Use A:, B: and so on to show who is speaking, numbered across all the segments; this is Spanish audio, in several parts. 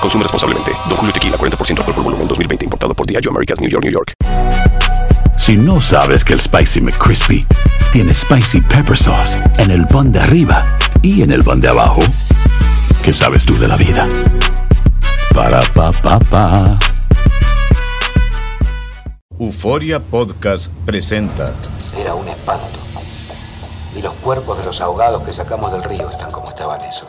A: Consume responsablemente. Don Julio Tequila, 40% alcohol por volumen, 2020. Importado por Diageo Americas, New York, New York.
B: Si no sabes que el Spicy McCrispy tiene Spicy Pepper Sauce en el pan de arriba y en el pan de abajo, ¿qué sabes tú de la vida? Para, pa, pa, pa.
C: Euforia Podcast presenta.
D: Era un espanto. Y los cuerpos de los ahogados que sacamos del río están pues, como estaban esos.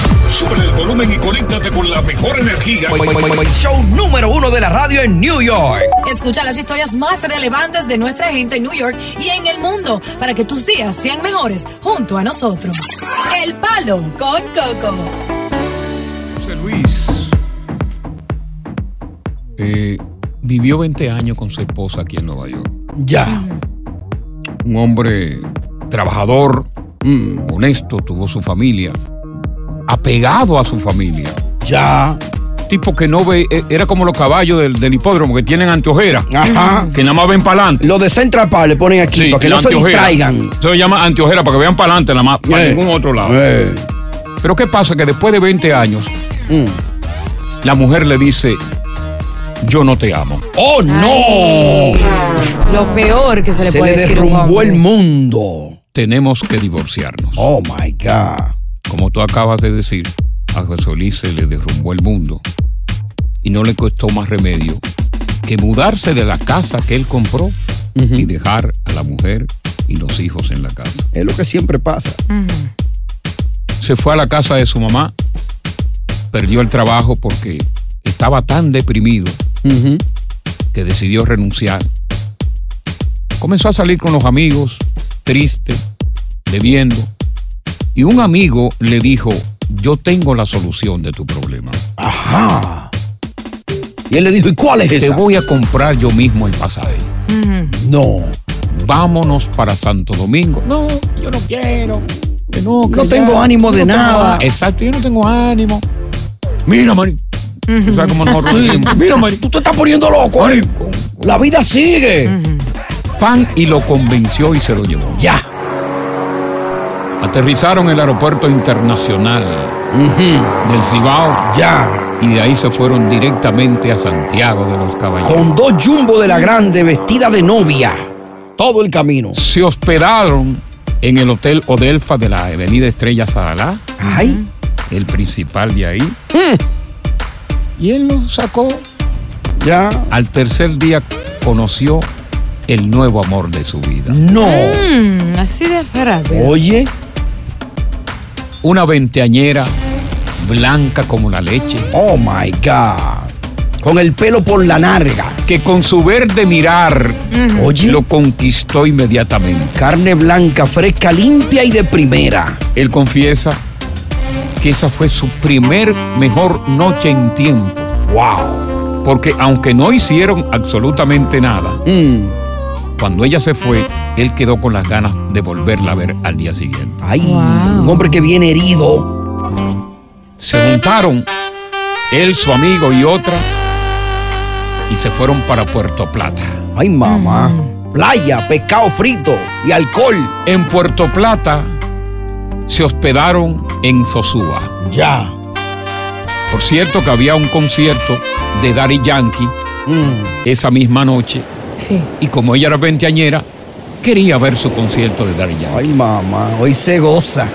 E: Sube el volumen y conéctate con la mejor energía.
F: Show número uno de la radio en New York.
G: Escucha las historias más relevantes de nuestra gente en New York y en el mundo para que tus días sean mejores junto a nosotros. El Palo con Coco.
E: José Luis.
H: Eh, vivió 20 años con su esposa aquí en Nueva York.
I: Ya.
H: Un hombre trabajador, mm, honesto, tuvo su familia, apegado a su familia.
I: Ya.
H: Tipo que no ve, e- era como los caballos del, del hipódromo que tienen anteojera,
I: Ajá.
H: que nada más ven para adelante.
I: Lo de Central Park le ponen aquí para que no se distraigan.
H: Eso se llama anteojera, para que vean para adelante nada más, para
I: Eh.
H: ningún otro lado.
I: Eh,
H: Pero ¿qué pasa? Que después de 20 años,
I: mm.
H: la mujer le dice, yo no te amo.
I: ¡Oh, no!
G: Lo peor que se le
I: Se
G: puede
I: le
G: decir a un
I: derrumbó
G: hombre.
I: el mundo.
H: Tenemos que divorciarnos.
I: Oh, my God.
H: Como tú acabas de decir, a José Luis se le derrumbó el mundo y no le costó más remedio que mudarse de la casa que él compró y dejar a la mujer y los hijos en la casa.
I: Es lo que siempre pasa.
H: Se fue a la casa de su mamá, perdió el trabajo porque estaba tan deprimido
I: Ujú.
H: que decidió renunciar. Comenzó a salir con los amigos, triste, bebiendo. Y un amigo le dijo, yo tengo la solución de tu problema.
I: Ajá. Y él le dijo, ¿y cuál es
H: Te
I: esa?
H: voy a comprar yo mismo el pasaje.
I: No.
H: Vámonos para Santo Domingo. No, yo no quiero. Que no, que
I: No
H: ya.
I: tengo ánimo de
H: Yo no tengo
I: nada.
H: á- Exacto, yo no tengo ánimo. Mira, Mari. Tú sabes cómo nosotros decimos, Mira, Mari.
I: Tú te estás poniendo loco. ¿eh? La vida sigue.
H: Pan y lo convenció y se lo llevó.
I: Ya.
H: Aterrizaron en el aeropuerto internacional
I: Ujú.
H: del Cibao
I: Ya.
H: y de ahí se fueron directamente a Santiago de los Caballeros.
I: Con dos jumbo de la grande vestida de novia. Todo el camino.
H: Se hospedaron en el Hotel Odelfa de la Avenida Estrella Sadalá,
I: Ay.
H: el principal de ahí. Mm. Y él lo sacó.
I: Ya.
H: Al tercer día conoció el nuevo amor de su vida.
I: No.
G: Mm, así de rápido.
I: Oye.
H: Una veinteañera blanca como la leche,
I: Oh my God. Con el pelo por la narga.
H: que con su verde mirar
I: Oye.
H: lo conquistó inmediatamente.
I: Carne blanca, fresca, limpia y de primera.
H: Él confiesa que esa fue su primer mejor noche en tiempo,
I: Wow.
H: porque aunque no hicieron absolutamente nada,
I: Mm.
H: cuando ella se fue, él quedó con las ganas de volverla a ver al día siguiente.
I: Ay.
G: Wow.
I: Un hombre que viene herido.
H: Se juntaron, él, su amigo y otra, y se fueron para Puerto Plata.
I: Ay, mamá. playa, pescado frito y alcohol.
H: En Puerto Plata se hospedaron en Sosúa.
I: Ya.
H: Por cierto que había un concierto de Daddy Yankee
I: Mm.
H: esa misma noche. Y como ella era veinteañera, quería ver su concierto de Daddy Yankee.
I: Ay, mamá, hoy se goza.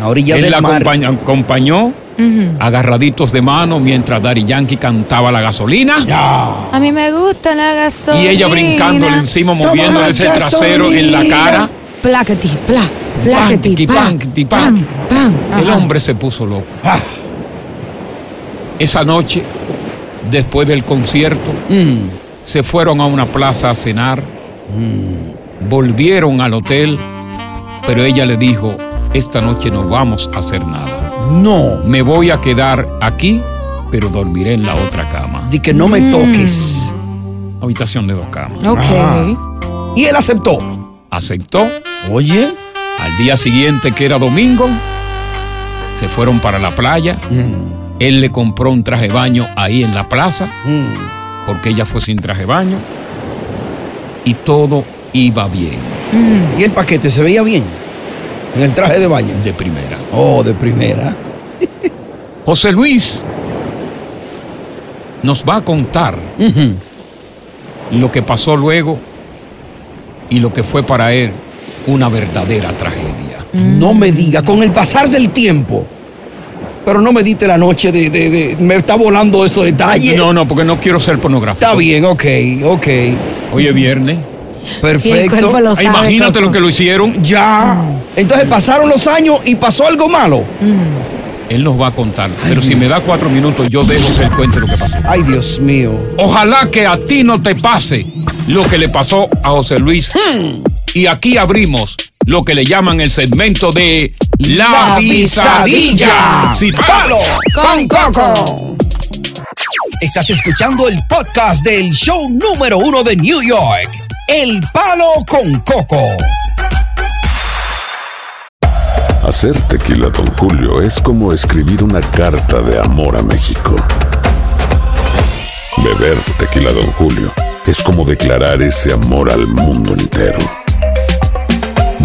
I: A orilla
H: Él
I: del
H: la
I: mar.
H: acompaña- acompañó agarraditos de mano mientras Daddy Yankee cantaba la gasolina.
J: A mí me gusta la gasolina.
H: Y ella brincándole encima, moviendo ese trasero en la cara.
G: Plaqueti, pla,
H: Panqui,
G: plaqueti, pla.
H: panqui, panqui. El hombre se puso loco. Esa noche, después del concierto,
I: Mm.
H: se fueron a una plaza a cenar,
I: Mm.
H: volvieron al hotel, pero ella le dijo, esta noche no vamos a hacer nada.
I: No.
H: Me voy a quedar aquí, pero dormiré en la otra cama.
I: Di que no me toques.
H: Habitación de dos camas.
I: Ah. Y él aceptó.
H: aceptó.
I: Oye.
H: Al día siguiente, que era domingo, se fueron para la playa.
I: Mm.
H: Él le compró un traje de baño ahí en la plaza,
I: Mm.
H: porque ella fue sin traje de baño. Y todo iba bien.
I: Y el paquete se veía bien. En el traje de baño.
H: De primera.
I: Oh, de primera.
H: José Luis nos va a contar lo que pasó luego y lo que fue para él una verdadera tragedia.
I: No me diga, con el pasar del tiempo. Pero no me diste la noche de, de- de- Me está volando esos detalles.
H: No, no, porque no quiero ser pornográfico.
I: Está bien, ok, ok.
H: Hoy es viernes.
I: Perfecto.
H: Ah, Imagínate lo que lo hicieron.
I: Ya. Entonces pasaron los años y pasó algo malo.
H: Él nos va a contar. Pero si me da cuatro minutos, yo dejo que él cuente lo que pasó.
I: Ay, Dios mío.
H: Ojalá que a ti no te pase lo que le pasó a José Luis.
I: Hmm.
H: Y aquí abrimos lo que le llaman el segmento de La,
I: La
H: Visadilla.
I: Visadilla.
H: Sí,
I: Palo
H: palo.
I: con Coco. Estás escuchando el podcast del show número uno de New York. El Palo con Coco.
K: Hacer tequila, Don Julio, es como escribir una carta de amor a México. Beber tequila, Don Julio, es como declarar ese amor al mundo entero.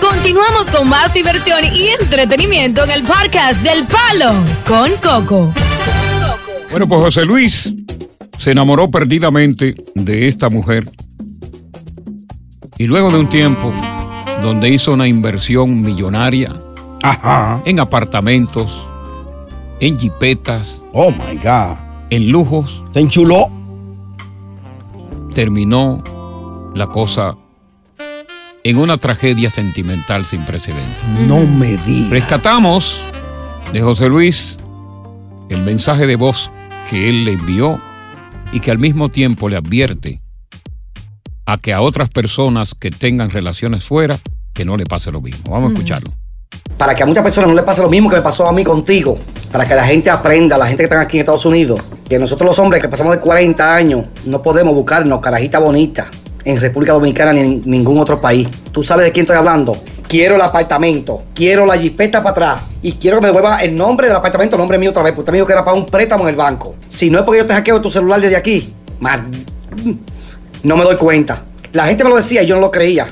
G: Continuamos con más diversión y entretenimiento en el podcast del Palo con Coco.
H: Bueno, pues José Luis se enamoró perdidamente de esta mujer. Y luego de un tiempo donde hizo una inversión millonaria en apartamentos, en jipetas.
I: Oh my God.
H: En lujos.
I: Se enchuló.
H: Terminó la cosa en una tragedia sentimental sin precedentes.
I: No me digas.
H: Rescatamos de José Luis el mensaje de voz que él le envió y que al mismo tiempo le advierte a que a otras personas que tengan relaciones fuera, que no le pase lo mismo. Vamos a escucharlo.
L: para que a muchas personas no les pase lo mismo que me pasó a mí contigo, para que la gente aprenda, la gente que está aquí en Estados Unidos, que nosotros los hombres que pasamos de 40 años no podemos buscarnos carajita bonita en República Dominicana ni en ningún otro país. ¿Tú sabes de quién estoy hablando? Quiero el apartamento, quiero la jipeta para atrás y quiero que me devuelva el nombre del apartamento, el nombre mío otra vez, porque usted me dijo que era para un préstamo en el banco. Si no es porque yo te hackeo tu celular desde aquí, Mar- No me doy cuenta. La gente me lo decía y yo no lo creía.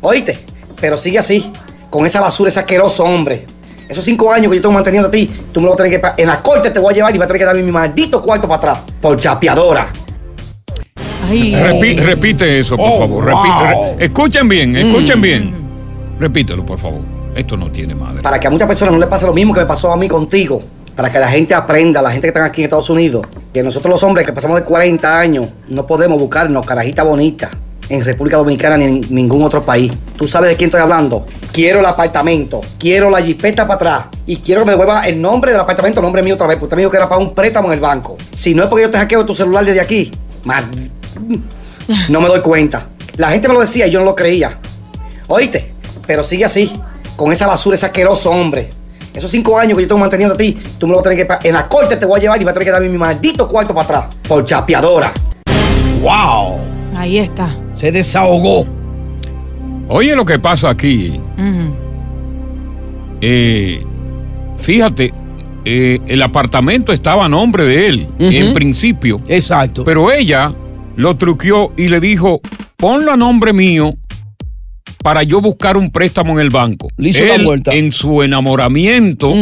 L: Oíste, pero sigue así, con esa basura, ese asqueroso hombre. Esos cinco años que yo tengo manteniendo a ti, tú me lo vas a tener que. pa- En la corte te voy a llevar y vas a tener que darme mi maldito cuarto para atrás. Por chapeadora.
H: Repi- repite eso, por favor. repite- re- escuchen bien, escuchen bien. Repítelo, por favor. Esto no tiene madre.
L: Para que a muchas personas no le pase lo mismo que me pasó a mí contigo. Para que la gente aprenda, la gente que está aquí en Estados Unidos, que nosotros los hombres que pasamos de 40 años no podemos buscarnos carajita bonita en República Dominicana ni en ningún otro país. ¿Tú sabes de quién estoy hablando? Quiero el apartamento, quiero la jipeta para atrás y quiero que me devuelva el nombre del apartamento, el nombre mío otra vez, porque usted me dijo que era para un préstamo en el banco. Si no es porque yo te hackeo tu celular desde aquí, mal- no me doy cuenta. La gente me lo decía y yo no lo creía. Oíste, pero sigue así, con esa basura, ese asqueroso hombre. Esos cinco años que yo tengo manteniendo a ti, tú me lo vas a tener que. pa- En la corte te voy a llevar y vas a tener que darme mi maldito cuarto para atrás. Por chapeadora.
I: ¡Wow!
M: Ahí está.
I: Se desahogó.
H: Oye lo que pasa aquí.
M: Ujú.
H: Eh, fíjate, eh, el apartamento estaba a nombre de él, en principio.
I: Exacto.
H: Pero ella lo truqueó y le dijo, ponlo a nombre mío para yo buscar un préstamo en el banco.
I: Le hizo la
H: Él,
I: vuelta.
H: En su enamoramiento,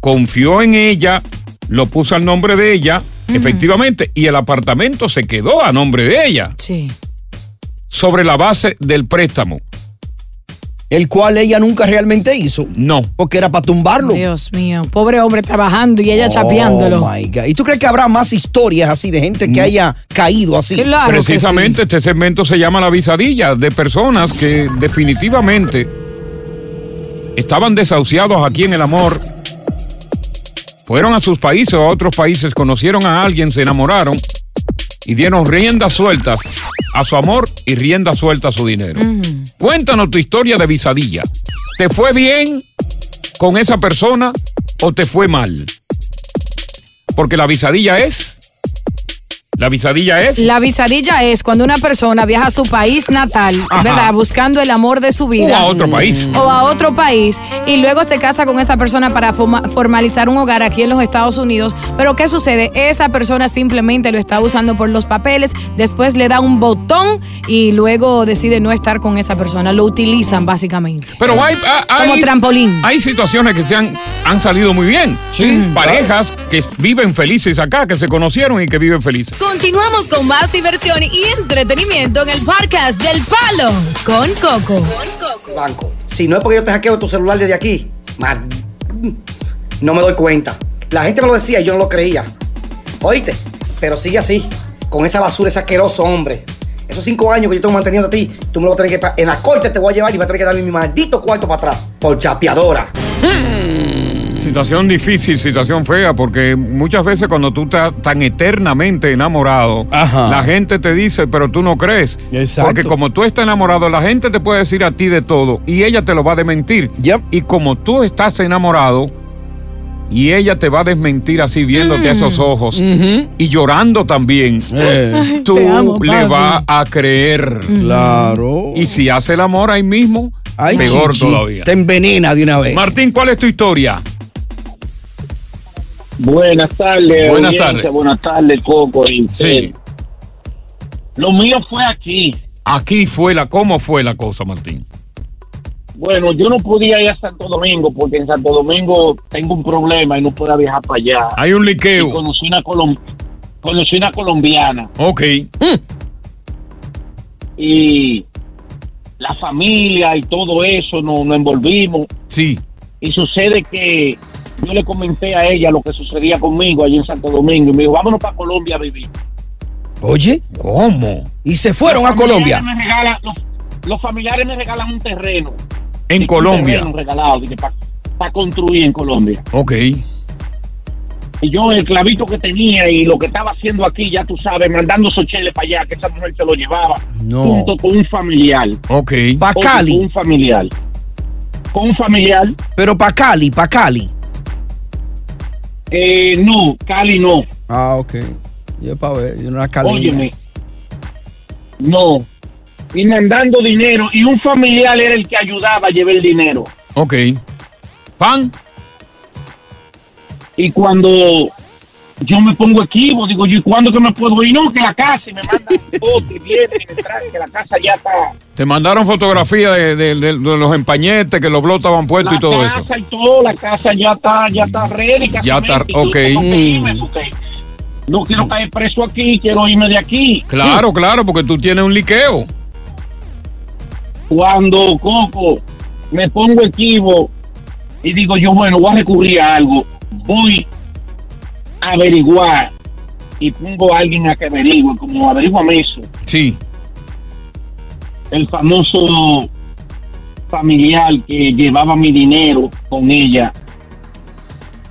H: confió en ella, lo puso al nombre de ella, efectivamente, y el apartamento se quedó a nombre de ella.
M: Sí.
H: Sobre la base del préstamo.
I: El cual ella nunca realmente hizo.
H: No.
I: Porque era para tumbarlo.
M: Dios mío, pobre hombre trabajando y ella
I: Oh,
M: chapeándolo.
I: my God. ¿Y tú crees que habrá más historias así de gente que haya caído así?
H: Mm. Precisamente este segmento se llama la visadilla de personas que definitivamente estaban desahuciados aquí en el amor. Fueron a sus países o a otros países, conocieron a alguien, se enamoraron y dieron riendas sueltas a su amor y riendas sueltas a su dinero. Cuéntanos tu historia de visadilla. ¿Te fue bien con esa persona o te fue mal? Porque la visadilla es... La visadilla es...
M: La visadilla es cuando una persona viaja a su país natal,
H: Ajá.
M: ¿verdad? Buscando el amor de su vida. Mm.
H: O a otro país.
M: O a otro país. Y luego se casa con esa persona para forma- formalizar un hogar aquí en los Estados Unidos. Pero ¿qué sucede? Esa persona simplemente lo está usando por los papeles, después le da un botón y luego decide no estar con esa persona. Lo utilizan básicamente.
H: Pero hay, ha- hay-
M: Como trampolín.
H: Hay situaciones que se han, han salido muy bien. Parejas que viven felices acá, que se conocieron y que viven felices.
M: Continuamos con más diversión y entretenimiento en el podcast del Palo con Coco.
L: Banco. Si no es porque yo te hackeo tu celular desde aquí, mal- no me doy cuenta. La gente me lo decía y yo no lo creía. Oíste, pero sigue así, con esa basura, ese asqueroso hombre. Esos cinco años que yo tengo manteniendo a ti, tú me lo vas a tener que. pa- En la corte te voy a llevar y vas a tener que darme mi maldito cuarto para atrás. Por chapeadora.
M: Mm.
H: Situación difícil, situación fea, porque muchas veces cuando tú estás tan eternamente enamorado, la gente te dice, pero tú no crees. Porque como tú estás enamorado, la gente te puede decir a ti de todo y ella te lo va a desmentir. Y como tú estás enamorado y ella te va a desmentir así viéndote a
I: Mm.
H: esos ojos y llorando también,
I: Eh.
H: tú
I: Te amo,
H: le
I: papi.
H: vas a creer.
I: Claro.
H: Y si hace el amor ahí mismo,
I: Ay,
H: peor
I: chichi,
H: todavía.
I: Te envenena de una vez.
H: Martín, ¿cuál es tu historia?
N: Buenas tardes.
H: Buenas
N: audiencia.
H: tardes.
N: Buenas tardes, Coco.
H: Sí.
N: y usted. Lo mío fue aquí.
H: Aquí fue la, ¿cómo fue la cosa, Martín?
N: Bueno, yo no podía ir a Santo Domingo porque en Santo Domingo tengo un problema y no puedo viajar para allá.
H: Hay un liqueo.
N: Y conocí una, colom- conocí una colombiana.
H: Ok.
N: Mm. Y la familia y todo eso nos, nos envolvimos.
H: Sí.
N: Y sucede que yo le comenté a ella lo que sucedía conmigo allí en Santo Domingo y me dijo, vámonos para Colombia a vivir.
I: Oye, ¿cómo? Y se fueron a
N: Los familiares
I: Colombia.
N: me regalan- los, los familiares me regalan un terreno.
H: En Colombia.
N: Un terreno regalado para construir en Colombia.
H: Ok.
N: Y yo, el clavito que tenía y lo que estaba haciendo aquí, ya tú sabes, mandando socheles para allá, que esa mujer se lo llevaba.
I: No.
N: Junto con un familiar.
H: Ok.
I: Pa'
N: Oye,
I: Cali.
N: Con un familiar. Con un familiar.
I: Pero para Cali, para Cali.
N: Eh, no, Cali no.
I: Ah, ok. Yo para ver, yo una Cali.
N: Óyeme. No. Y mandando dinero. Y un familiar era el que ayudaba a llevar el dinero.
H: Ok. ¿Pan?
N: Y cuando
O: yo me pongo equivo, digo yo, ¿y cuándo que me puedo ir? No, que la casa, y me mandan fotos, y vienen, y me traen, que la casa ya está,
H: Te mandaron fotografías de, de- de- de los empañetes que los blogs estaban puestos y todo
O: la
H: eso.
O: casa y todo, la casa ya está, ya está ready, casi
H: Ya está,
O: mente, y yo
H: ok.
O: tengo que irme, porque No quiero caer preso aquí, quiero irme de aquí.
H: Claro, claro, porque tú tienes un liqueo.
O: cuando Coco me pongo equivo y digo yo, bueno, voy a recurrir a algo, voy a averiguar y pongo a alguien a que averigüe, como averiguame eso.
H: Sí.
O: El famoso familiar que llevaba mi dinero con ella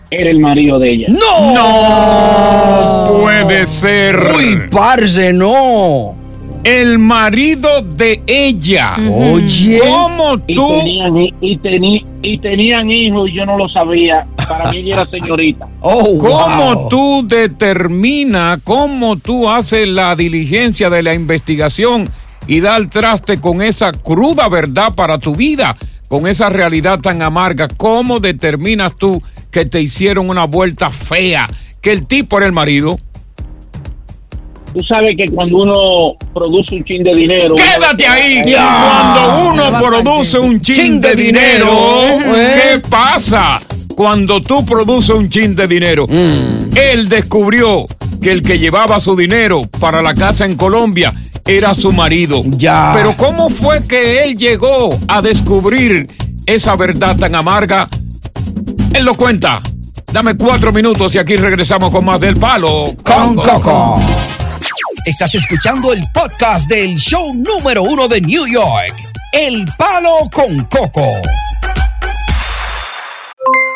O: era el marido de ella.
I: ¡No!
H: Puede ser.
I: ¡Uy, parce, no!
H: El marido de ella.
I: Oye.
H: ¿Cómo
O: Y
H: tú?
O: tenían, hi- y, teni- y tenían hijos y yo no lo sabía. Para mí ella era señorita.
H: ¿Cómo tú determinas, cómo tú haces la diligencia de la investigación y da el traste con esa cruda verdad para tu vida, con esa realidad tan amarga? ¿Cómo determinas tú que te hicieron una vuelta fea, que el tipo era el marido?
O: Tú sabes que cuando uno produce un chin de dinero.
H: ¡Quédate ahí! Cuando uno produce un chin,
O: Chin
H: de,
O: de
H: dinero,
O: dinero,
H: ¿qué pasa? Cuando tú produces un chin de dinero, él descubrió que el que llevaba su dinero para la casa en Colombia era su marido.
I: Ya.
H: Pero ¿cómo fue que él llegó a descubrir esa verdad tan amarga? Él lo cuenta. Dame cuatro minutos y aquí regresamos con más del palo.
I: Con Coco. Oh. Estás escuchando el podcast del show número uno de New York, El Palo con Coco.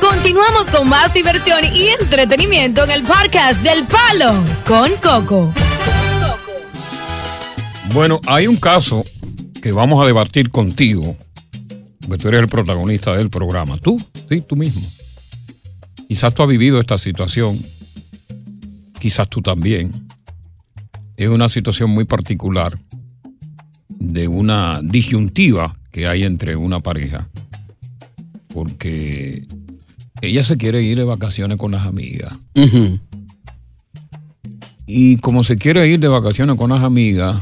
M: Continuamos con más diversión y entretenimiento en el podcast del Palo con Coco.
H: Bueno, hay un caso que vamos a debatir contigo, porque tú eres el protagonista del programa. Tú, sí, tú mismo. Quizás tú has vivido esta situación, quizás tú también. Es una situación muy particular de una disyuntiva que hay entre una pareja, porque ella se quiere ir de vacaciones con las amigas. Y como se quiere ir de vacaciones con las amigas,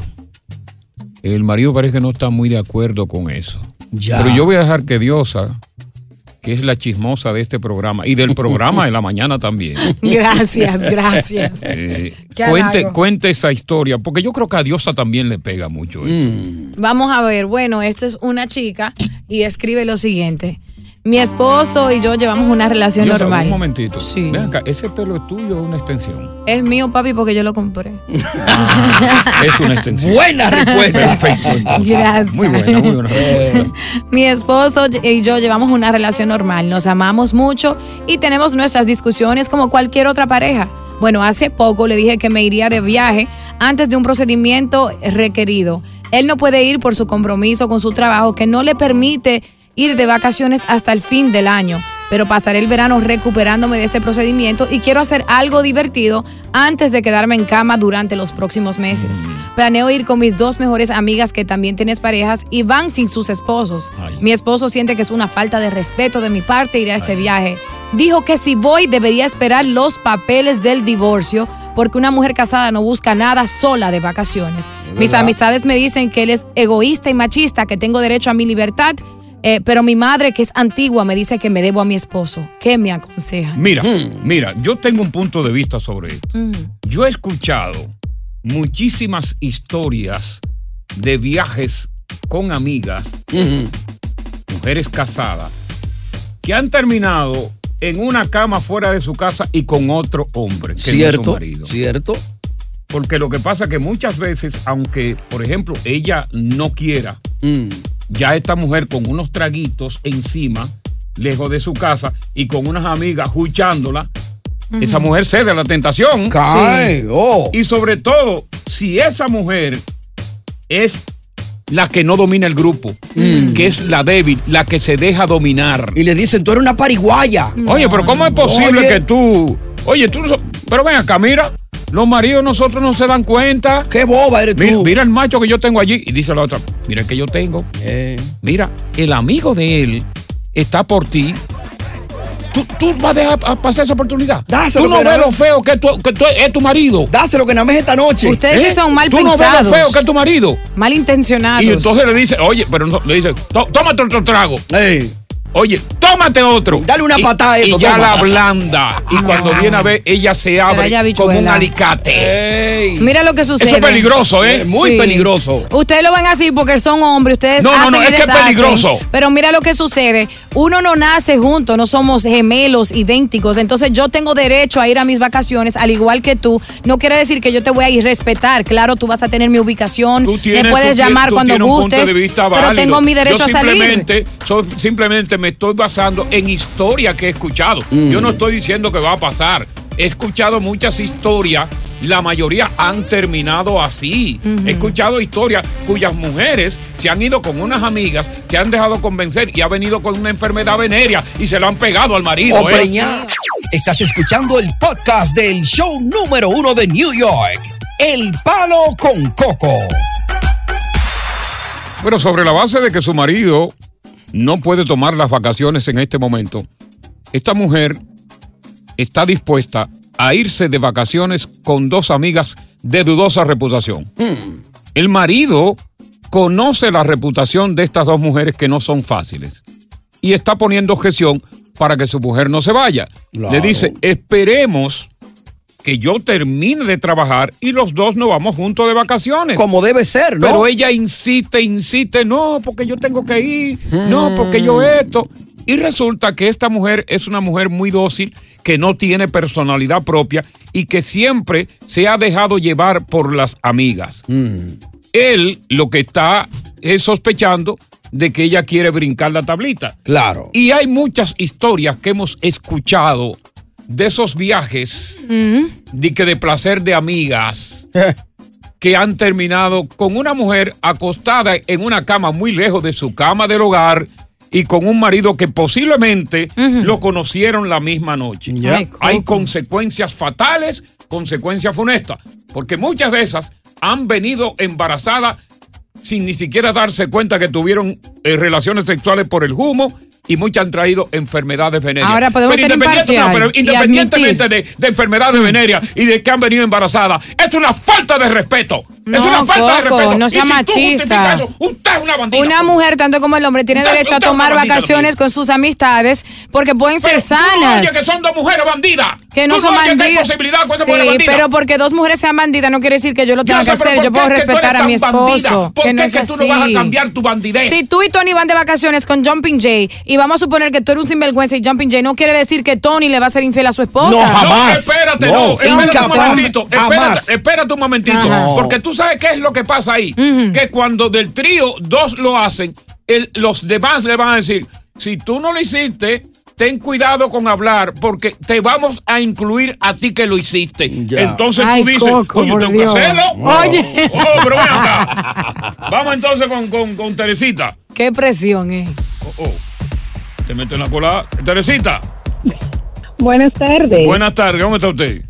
H: el marido parece que no está muy de acuerdo con eso.
I: Ya.
H: Pero yo voy a dejar que Diosa, que es la chismosa de este programa y del programa de la mañana también.
M: Gracias, gracias.
H: eh,
M: Qué
H: cuente,
M: halago.
H: cuente esa historia, porque yo creo que a Diosa también le pega mucho. esto.
I: Mm.
M: Vamos a ver, bueno, esto es una chica y escribe lo siguiente. Mi esposo y yo llevamos una relación
H: Diosa, Un
M: normal.
H: momentito. Ven acá, ese pelo es tuyo o una extensión.
M: Es mío, papi, porque yo lo compré.
H: Ah, Es una extensión.
I: Buena respuesta.
H: Perfecto. entonces.
M: Gracias.
H: Muy buena, muy buena respuesta.
M: Mi esposo y yo llevamos una relación normal, nos amamos mucho y tenemos nuestras discusiones como cualquier otra pareja. Bueno, hace poco le dije que me iría de viaje antes de un procedimiento requerido. Él no puede ir por su compromiso con su trabajo que no le permite ir de vacaciones hasta el fin del año. Pero pasaré el verano recuperándome de este procedimiento y quiero hacer algo divertido antes de quedarme en cama durante los próximos meses. Planeo ir con mis dos mejores amigas que también tienes parejas y van sin sus esposos. Mi esposo siente que es una falta de respeto de mi parte ir a este viaje. Dijo que si voy debería esperar los papeles del divorcio porque una mujer casada no busca nada sola de vacaciones. Mis
G: verdad.
M: amistades me dicen que él es egoísta y machista, que tengo derecho a mi libertad, eh, pero mi madre, que es antigua, me dice que me debo a mi esposo. ¿Qué me aconsejan?
H: Mira,
I: Mm.
H: mira, yo tengo un punto de vista sobre esto. Yo he escuchado muchísimas historias de viajes con amigas, mujeres casadas, que han terminado en una cama fuera de su casa y con otro hombre. Que no es su
P: Cierto,
H: marido.
P: cierto.
H: Porque lo que pasa es que muchas veces, aunque, por ejemplo, ella no quiera,
P: Mm.
H: ya esta mujer con unos traguitos encima, lejos de su casa y con unas amigas escuchándola,
P: Ujú.
H: esa mujer cede a la tentación.
P: Cae, oh.
H: Y sobre todo, si esa mujer es la que no domina el grupo, que es la débil, la que se deja dominar.
P: Y le dicen, tú eres una pariguaya.
H: Oye, pero ¿cómo es posible
P: Oye.
H: que tú... Oye, tú... no so- Pero ven acá, mira. Los maridos nosotros no se dan cuenta.
P: ¡Qué boba eres
H: mira, tú! Mira el macho que yo tengo allí. Y dice la otra, mira el que yo tengo.
P: Eh.
H: Mira, el amigo de él está por ti. Tú, tú vas a dejar a pasar esa oportunidad.
P: Dáselo,
H: tú no
P: que
H: ves
P: nada-
H: lo feo que, tú- que tú- es tu marido.
P: Dáselo que nada más esta noche.
M: Ustedes sí son mal
H: ¿Eh? Tú no ves lo
M: pensados.
H: feo que es tu marido.
M: Malintencionados.
H: Y entonces le dice, oye, pero no- le dice, "Tó- tómate otro trago. Oye, tómate otro. Dale
P: una patada a Ah.
H: Y,
P: esto,
H: ya
P: toma.
H: la blanda. Y cuando viene a ver, ella se abre
M: ya
H: como un
M: bichuela.
P: Eh.
H: alicate.
M: Mira lo que sucede.
H: Eso es peligroso, ¿eh?
M: Sí. Ustedes lo van a decir porque son hombres, ustedes
H: No, no,
M: hacen
H: no,
M: y
H: es que es
M: deshacen.
H: peligroso.
M: Pero mira lo que sucede. Uno no nace junto, no somos gemelos idénticos. Entonces yo tengo derecho a ir a mis vacaciones al igual que tú. No quiere decir que yo te voy a ir respetar. Claro, tú vas a tener mi ubicación, me
H: Tienes-
M: puedes
H: tú tienes-
M: llamar
H: tú
M: cuando
H: tienes un punto
M: gustes,
H: de vista
M: pero
H: válido.
M: tengo mi
H: Yo
M: derecho a salir.
H: simplemente, so- simplemente me estoy basando en historia que he escuchado. Yo no estoy diciendo que va a pasar. He escuchado muchas historias, la mayoría han terminado así. He escuchado historias cuyas mujeres se han ido con unas amigas, se han dejado convencer y ha venido con una enfermedad venérea y se la han pegado al marido.
I: O
H: ¿eh?
I: preñada. Estás escuchando el podcast del show número uno de New York, El Palo con Coco.
H: Pero sobre la base de que su marido no puede tomar las vacaciones en este momento, esta mujer está dispuesta a irse de vacaciones con dos amigas de dudosa reputación.
P: Mm.
H: El marido conoce la reputación de estas dos mujeres que no son fáciles y está poniendo objeción para que su mujer no se vaya. Le
P: Claro.
H: dice, esperemos que yo termine de trabajar y los dos nos vamos juntos de vacaciones.
P: Como debe ser, ¿no?
H: Pero ella insiste, insiste, no, porque yo tengo que ir, no, porque yo esto. Y resulta que esta mujer es una mujer muy dócil, que no tiene personalidad propia y que siempre se ha dejado llevar por las amigas. Mm, Él lo que está es sospechando de que ella quiere brincar la tablita.
P: Claro.
H: Y hay muchas historias que hemos escuchado de esos viajes
N: Mm.
P: ¿Eh?
M: mm.
H: de que de placer de amigas que han terminado con una mujer acostada en una cama muy lejos de su cama del hogar y con un marido que posiblemente lo conocieron la misma noche.
P: Ya. Ay,
H: Hay consecuencias fatales, consecuencias funestas, porque muchas de esas han venido embarazadas sin ni siquiera darse cuenta que tuvieron eh, relaciones sexuales por el humo y muchas han traído enfermedades venéreas.
M: Ahora podemos ser
H: independiente- no,
M: imparcial
H: pero
M: y
H: independientemente de, de
M: Mm.
H: enfermedades venéreas y de que han venido embarazadas, es una falta de respeto. es
M: No,
H: una falta
M: Coco,
H: de respeto.
M: no
H: y
M: sea
H: si tú
M: machista.
H: justificas eso, usted es una bandida.
M: Una mujer, tanto como el hombre, tiene
H: Usted-
M: derecho a
H: usted es una
M: tomar
H: bandida
M: vacaciones con sus amistades porque pueden ser sanas.
H: Oye, que son dos mujeres bandidas.
M: Que no
H: Tú
M: son
H: oyes que hay
M: bandidas.
H: posibilidad con esa
M: sí,
H: mujer bandida.
M: pero porque dos mujeres sean bandidas no quiere decir que yo lo
H: Ya sé,
M: tenga que
H: pero
M: hacer.
H: ¿por
M: Yo
H: qué es
M: puedo
H: que tú eres
M: respetar a
H: tan
M: mi
H: bandida?
M: esposo.
H: ¿Por
M: Que no
H: qué
M: es
H: que tú no vas a
M: así.
H: cambiar tu bandidez?
M: Si tú y Tony van de vacaciones con Jumping Jay y vamos a suponer que tú eres un sinvergüenza y Jumping Jay no quiere decir que Tony le va a ser infiel a su esposa.
H: No, espérate, no. espérate un momentito. Espérate, espérate un momentito.
M: Ajá.
H: Porque tú sabes qué es lo que pasa ahí. Que cuando del trío dos lo hacen, el- los demás le van a decir, si tú no lo hiciste... Ten cuidado con hablar porque te vamos a incluir a ti que lo hiciste. Entonces
M: Ay,
H: tú dices,
M: Coco,
H: oye,
M: por
H: tengo que
M: Dios.
H: hacerlo.
M: Oye.
H: Oh, pero ven acá. Vamos entonces con, con, con Teresita.
M: Qué presión, eh.
H: Oh, oh. Te meto en la cola. Teresita,
Q: Buenas tardes.
H: buenas tardes. ¿Cómo está usted?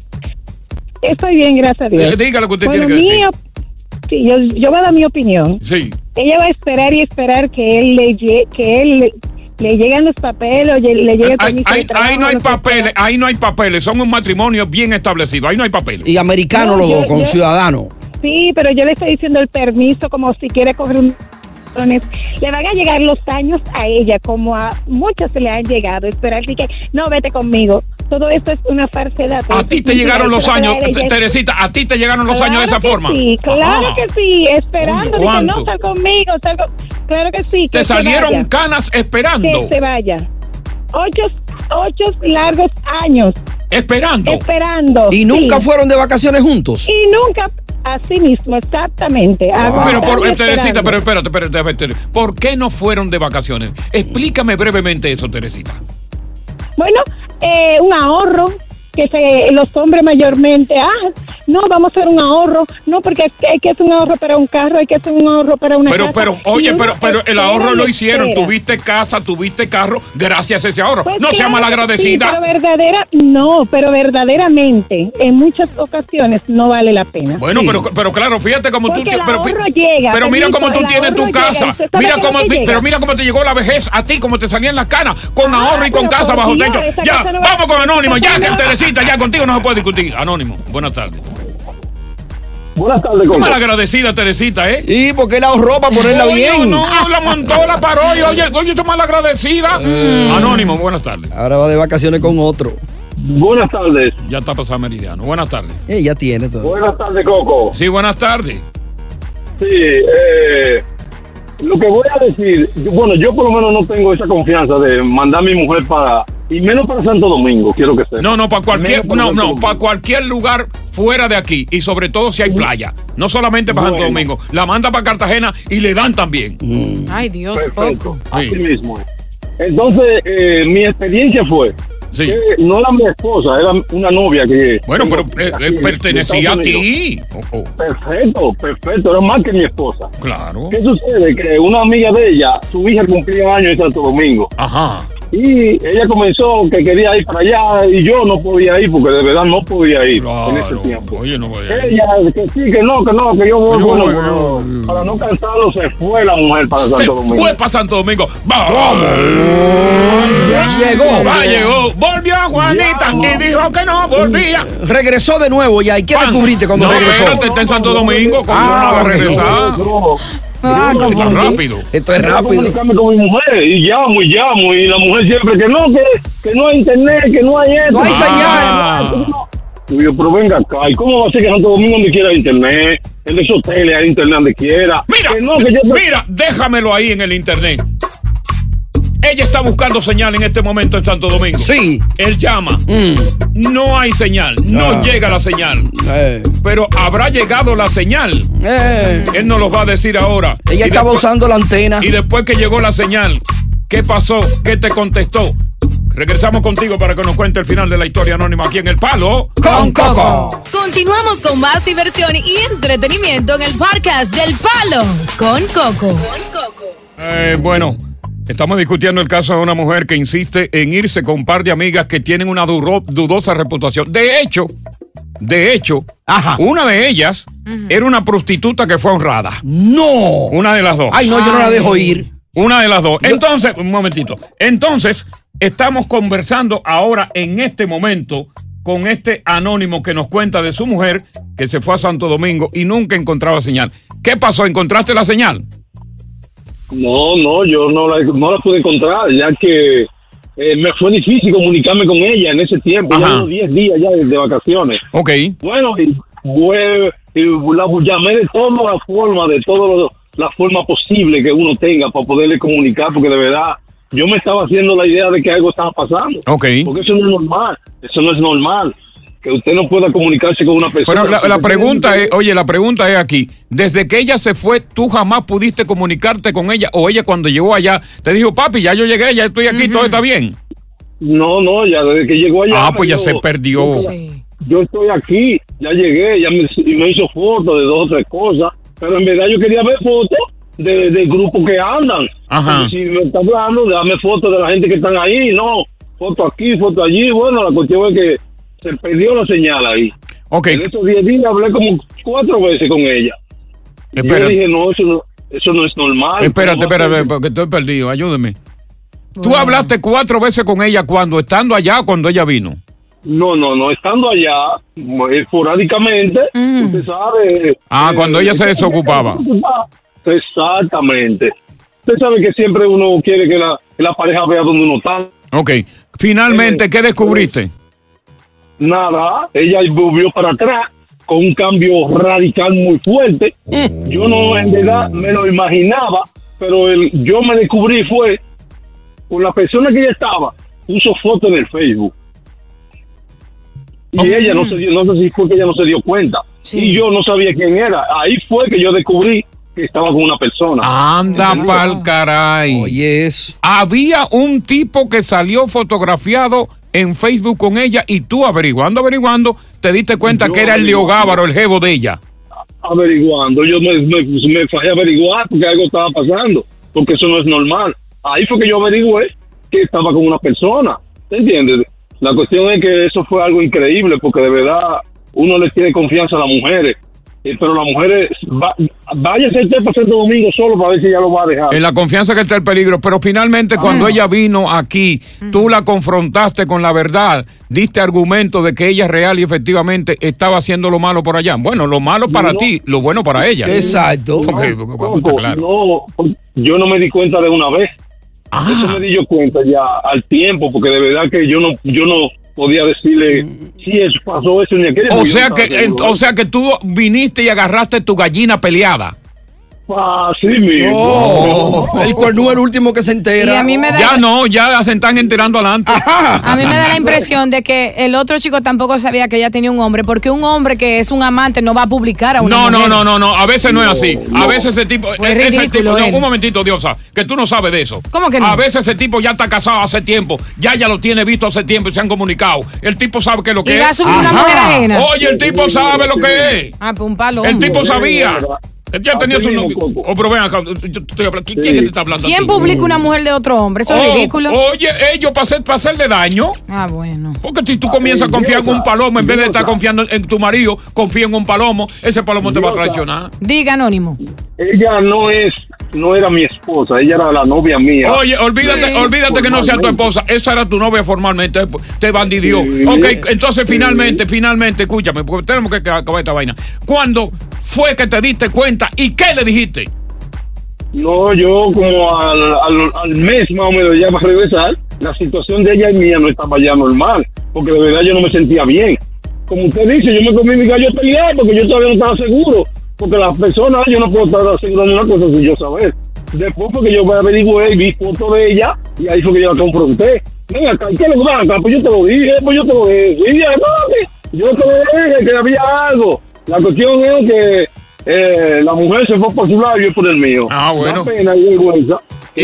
Q: Estoy bien, gracias a Dios.
H: Eh, diga lo que usted
Q: Bueno,
H: tiene que
Q: mi
H: decir.
Q: op- sí, yo, yo voy a dar mi opinión.
H: Sí.
Q: Ella va a esperar y esperar que él le, lle- que él le, le lleguen los papeles o ye- le llegue
H: Ahí,
Q: el permiso de
H: ahí-
Q: trabajo,
H: ahí no hay
Q: lo que-
H: papeles, ahí no hay papeles. Son un matrimonio bien establecido. Ahí no hay papeles.
Q: Y americanos No, los dos, yo- con yo- ciudadanos. Sí, pero yo le estoy diciendo el permiso como si quiere coger un... Le van a llegar los años a ella, como a muchas se le han llegado. Esperar y que, no, vete conmigo. Todo esto es una falsedad.
H: A ti te llegaron los años, Te- Teresita, a ti te llegaron los años de esa forma.
Q: Sí, claro
H: Ajá.
Q: que sí,
H: Coño,
Q: esperando. Dice,
H: ¿cuánto?
Q: no, sal conmigo, sal con- Claro que sí. que
H: Te
Q: se
H: salieron
Q: vaya.
H: canas
Q: Que
H: esperando.
Q: se vaya. ocho, ocho largos años.
H: Esperando.
Q: Esperando.
P: ¿Y nunca
Q: sí.
P: fueron de vacaciones juntos?
Q: Y nunca, así mismo,
H: Ah,
Q: exactamente. Ah,
H: Pero, por,
Q: Aguantando,
H: Teresita,
Q: esperando.
H: pero espérate, espérate, espérate. ¿Por qué no fueron de vacaciones? Explícame brevemente eso, Teresita.
Q: Bueno, eh, un ahorro que se- los hombres mayormente, ah, no, vamos a hacer un ahorro, no, porque es que hay que hacer un ahorro para un carro, hay que hacer un ahorro para una
H: Pero,
Q: casa.
H: pero,
Q: Y
H: oye,
Q: uno
H: pero, pero el
Q: espera
H: ahorro
Q: y
H: lo hicieron.
Q: espera.
H: Tuviste casa, tuviste carro, gracias a ese ahorro.
Q: Pues
H: no sea
Q: claro que sí,
H: malagradecida.
Q: pero verdadera, no, pero verdaderamente, en muchas ocasiones no vale la pena.
H: bueno, pero, pero claro, fíjate cómo tú.
Q: Porque
H: te-
Q: el
H: pero,
Q: ahorro llega,
H: pero mira
Q: permiso,
H: cómo tú
Q: el
H: tienes tu
Q: ahorro llega,
H: casa.
Q: ¿y usted sabe
H: Mira
Q: qué es
H: cómo,
Q: lo que
H: ti-
Q: llega?
H: pero mira cómo te llegó la vejez a ti, cómo te salían las canas con
Q: Ah,
H: ahorro y con
Q: pero
H: casa
Q: por
H: bajo
Q: Dios,
H: techo.
Q: esa
H: Ya,
Q: casa no va a-
H: vamos con Anónimo.
Q: esa
H: Ya, que
Q: no-
H: Teresita, ya contigo no se puede discutir. Anónimo, buenas tardes.
O: Buenas tardes,
H: Qué malagradecida, Teresita, ¿eh?
P: Y porque él ahorró para ponerla
H: Oye,
P: bien.
H: No, la montó, la paró y oye, oye, tú malagradecida.
P: Mm.
M: Mm.
H: Anónimo, buenas tardes.
P: Ahora va de vacaciones con otro.
O: Buenas tardes.
H: Ya está pasado meridiano. Buenas tardes.
P: Eh, ya tiene todo.
O: Buenas tardes, Coco.
H: Sí, buenas tardes.
O: Sí, eh, lo que voy a decir, yo- bueno, yo por lo menos no tengo esa confianza de mandar a mi mujer para, y menos para Santo Domingo, quiero que sepa.
H: No, no, para cualquier,
O: Menos para
H: no,
O: Santo
H: no,
O: Domingo.
H: para cualquier lugar fuera de aquí y sobre todo
P: Mm.
H: si hay playa. No solamente para Santo
O: Bueno.
H: Domingo, la manda para Cartagena y le dan también.
P: Mm.
M: Ay, Dios,
O: Perfecto,
M: Coco.
O: así mismo. es. Entonces, eh, mi experiencia fue que no era mi esposa, era una novia que...
H: Bueno, pero eh, eh,
O: aquí, en
H: pertenecía a
O: Estados
H: ti. Oh,
O: Perfecto, perfecto, era más que mi esposa.
H: Claro.
O: ¿Qué sucede? Que una amiga de ella, su hija cumplía años en Santo Domingo.
H: Ajá.
O: Y ella comenzó que quería ir para allá y yo no podía ir porque de verdad no podía ir en ese
H: claro.
O: tiempo.
H: Oye, no voy a
O: Ella, que sí, que no, que no, que yo voy, bueno, bueno, para no cansarlo se fue la mujer para
H: Se
O: Santo Domingo.
H: fue para Santo Domingo. ¡Vamos!
P: Llegó.
H: Va, llegó. Volvió Juanita y dijo que no volvía.
P: Regresó de nuevo ya. ¿Y qué descubriste cuando
H: No,
P: regresó?
H: espérate, está en Santo Domingo. ¿Cómo
P: Ah,
H: no va a
P: ok.
H: regresar?
M: Ah,
H: Tan
M: como-
H: rápido.
P: Esto es
O: Yo
P: rápido.
O: comunicarme con mi mujer y llamo y llamo y la mujer siempre que no, que, que no hay internet, que no hay eso.
P: No hay
H: Ah.
O: Y yo, pero venga acá, ¿y cómo va a ser que en Santo Domingo donde quiera hay internet? En esos hoteles hay internet donde quiera.
H: Mira,
O: Que no, que yo-
H: mira, déjamelo ahí en el internet. Ella está buscando señal en este momento en Santo Domingo.
P: Sí.
H: Él llama.
P: Mm,
H: No hay señal. No
P: Ah.
H: llega la señal.
P: eh,
H: Pero habrá llegado la señal.
P: eh.
H: Él nos lo va a decir ahora.
P: Ella
H: Y
P: estaba
H: después-
P: usando la antena.
H: Y después que llegó la señal, ¿qué pasó? ¿Qué te contestó? Regresamos contigo para que nos cuente el final de la historia anónima aquí en El Palo.
P: Con Coco.
M: Continuamos con más diversión y entretenimiento en el podcast del Palo con Coco.
H: Eh, bueno, estamos discutiendo el caso de una mujer que insiste en irse con un par de amigas que tienen una duro- dudosa reputación. De hecho, de hecho,
P: Ajá.
H: una de ellas era una prostituta que fue honrada.
P: ¡No!
H: Una de las dos.
P: Ay, no, yo no la dejo ir.
H: Una de las dos. Entonces, un momentito. Entonces, estamos conversando ahora en este momento con este anónimo que nos cuenta de su mujer que se fue a Santo Domingo y nunca encontraba señal. ¿Qué pasó? ¿Encontraste la señal?
O: No, no, yo no la, no la pude encontrar, ya que eh, me fue difícil comunicarme con ella en ese tiempo.
H: Ajá.
O: Ya llevo 10 días ya de, de vacaciones.
H: Ok.
O: Bueno, y, fue- y la llamé de todas las formas, de todas las formas posibles que uno tenga para poderle comunicar, porque de verdad yo me estaba haciendo la idea de que algo estaba pasando.
H: Ok.
O: Porque eso no es normal, eso no es normal, que usted no pueda comunicarse con una persona.
H: Bueno, la, la pregunta es, oye, la pregunta es aquí. Desde que ella se fue, ¿tú jamás pudiste comunicarte con ella? O ella cuando llegó allá, te dijo, papi, ya yo llegué, ya estoy aquí, todo está bien.
O: No, no, ya desde que llegó allá.
H: ah, pues ya
O: yo-
H: se perdió.
O: yo estoy aquí, ya llegué, ya me, y me hizo fotos de dos o tres cosas, pero en verdad yo quería ver fotos de- del grupo que andan.
H: Ajá.
O: Y Si me está hablando, dame fotos de la gente que están ahí, no, fotos aquí, fotos allí, bueno, la cuestión es que se perdió la señal ahí.
H: Ok,
O: En esos 10 días hablé como cuatro veces con ella. Y Yo
H: espérate,
O: dije, no, eso no, eso no es normal.
H: espérate,
O: ¿Cómo va a
H: espérate,
O: ser?
H: porque estoy perdido, ayúdeme. Tú hablaste cuatro veces con ella cuando, estando allá, cuando ella vino.
O: No, no, no, estando allá, esporádicamente, usted sabe.
H: Ah,
O: eh,
H: cuando ella se desocupaba.
O: Exactamente. Usted sabe que siempre uno quiere que la, que la pareja vea donde uno está. Eh,
H: Ok, finalmente, ¿qué descubriste?
O: Nada, ella volvió para atrás con un cambio radical muy fuerte. Yo no, en verdad, me lo imaginaba, pero el, yo me descubrí fue con la persona que ella estaba. puso foto en el Facebook. Y
R: Mm.
O: ella no se dio, no sé si fue que ella no se dio cuenta. Y yo no sabía quién era. Ahí fue que yo descubrí que estaba con una persona.
H: Anda
O: ¿Entendido?
H: pa'l caray. Oye, Había un tipo que salió fotografiado en Facebook con ella y tú averiguando, averiguando, te diste cuenta
O: Yo
H: que era el
O: averiguando.
H: Leogábaro, el jevo de ella.
O: averiguando. Yo me, me, me fajé a averiguar porque algo estaba pasando, porque eso no es normal. Ahí fue que yo averigüé que estaba con una persona. ¿Te entiendes? La cuestión es que eso fue algo increíble, porque de verdad uno le tiene confianza a las mujeres. Eh, Pero las mujeres, va, váyase usted para Santo Domingo solo para ver si ya lo va a dejar.
H: En la confianza que está el peligro. Pero finalmente, cuando ella vino aquí, tú la confrontaste con la verdad, diste argumento de que ella es real y efectivamente estaba haciendo lo malo por allá. Bueno, lo malo para
O: No.
H: ti, lo bueno para ella.
O: Exacto.
H: Porque-
O: No,
H: porque- porque, claro.
O: no, pues, yo no me di cuenta de una vez.
H: Ah.
O: Eso me di yo cuenta ya al tiempo, porque de verdad que yo no, yo no podía decirle si eso pasó eso ni aquello.
H: O
O: porque yo
H: sea
O: no
H: que,
O: estaba
H: en-
O: seguro.
H: o sea que tú viniste y agarraste tu gallina peleada.
O: Ah, sí mismo.
P: Oh.
H: el cuerno el último que se entera.
M: Y a mí me da-
H: ya no, ya se están enterando adelante.
M: A mí me da la impresión de que el otro chico tampoco sabía que ella tenía un hombre, porque un hombre que es un amante no va a publicar a una
H: No, no,
M: mujer.
H: no, no, no, a veces no, es así. A
M: no.
H: veces ese tipo,
M: Fue
H: e- ese
M: ridículo
H: tipo, no,
M: él.
H: un momentito, Diosa, que tú no sabes de eso.
M: ¿Cómo que no?
H: A veces ese tipo ya está casado hace tiempo, ya ya lo tiene visto hace tiempo y se han comunicado. El tipo sabe que lo que
M: Y
H: es.
M: va a subir una
H: Ajá.
M: mujer ajena.
H: Oye, el tipo sabe lo que es.
M: Ah, pues un palo.
H: El
M: hombre.
H: tipo sabía. Él Ya tenía su novio. Oh, pero ven acá, yo te estoy hablando. ¿Qui- ¿Quién que te está hablando? a
M: ¿Quién
H: ti?
M: publica una mujer de otro hombre? Eso es
H: Oh,
M: ridículo.
H: Oye, ellos para, hacer- para hacerle daño.
M: Ah, bueno.
H: Porque si tú comienzas a confiar en un palomo, en vez de estar confiando en tu marido, confía en un palomo, ese palomo te va a traicionar.
M: Diga anónimo.
O: Ella no es, no era mi esposa, ella era la novia mía.
H: Oye, olvídate, olvídate que no sea tu esposa. Esa era tu novia formalmente. eh, pues, Te bandidió.
O: Sí.
H: Ok, entonces finalmente, finalmente, escúchame, porque tenemos que acabar esta vaina. ¿Cuándo fue que te diste cuenta y qué le dijiste?
O: No, yo como al, al- al mes más o menos ya para regresar, la situación de ella y mía no estaba ya normal, porque de verdad yo no me sentía bien. Como usted dice, yo me comí mi gallo peleado porque yo todavía no estaba seguro, porque las personas yo no puedo estar asegurando una cosa sin yo saber. Después porque yo averigué y vi fotos de ella y ahí fue que yo la confronté. Venga, acá, ¿qué le pasa? Pues yo te lo dije, pues yo te lo dije. Y ella, no, que yo te lo dije, que había algo. La cuestión es que eh, la mujer se fue por su lado y yo por el mío. Ah,
H: bueno.
O: pena y vergüenza. que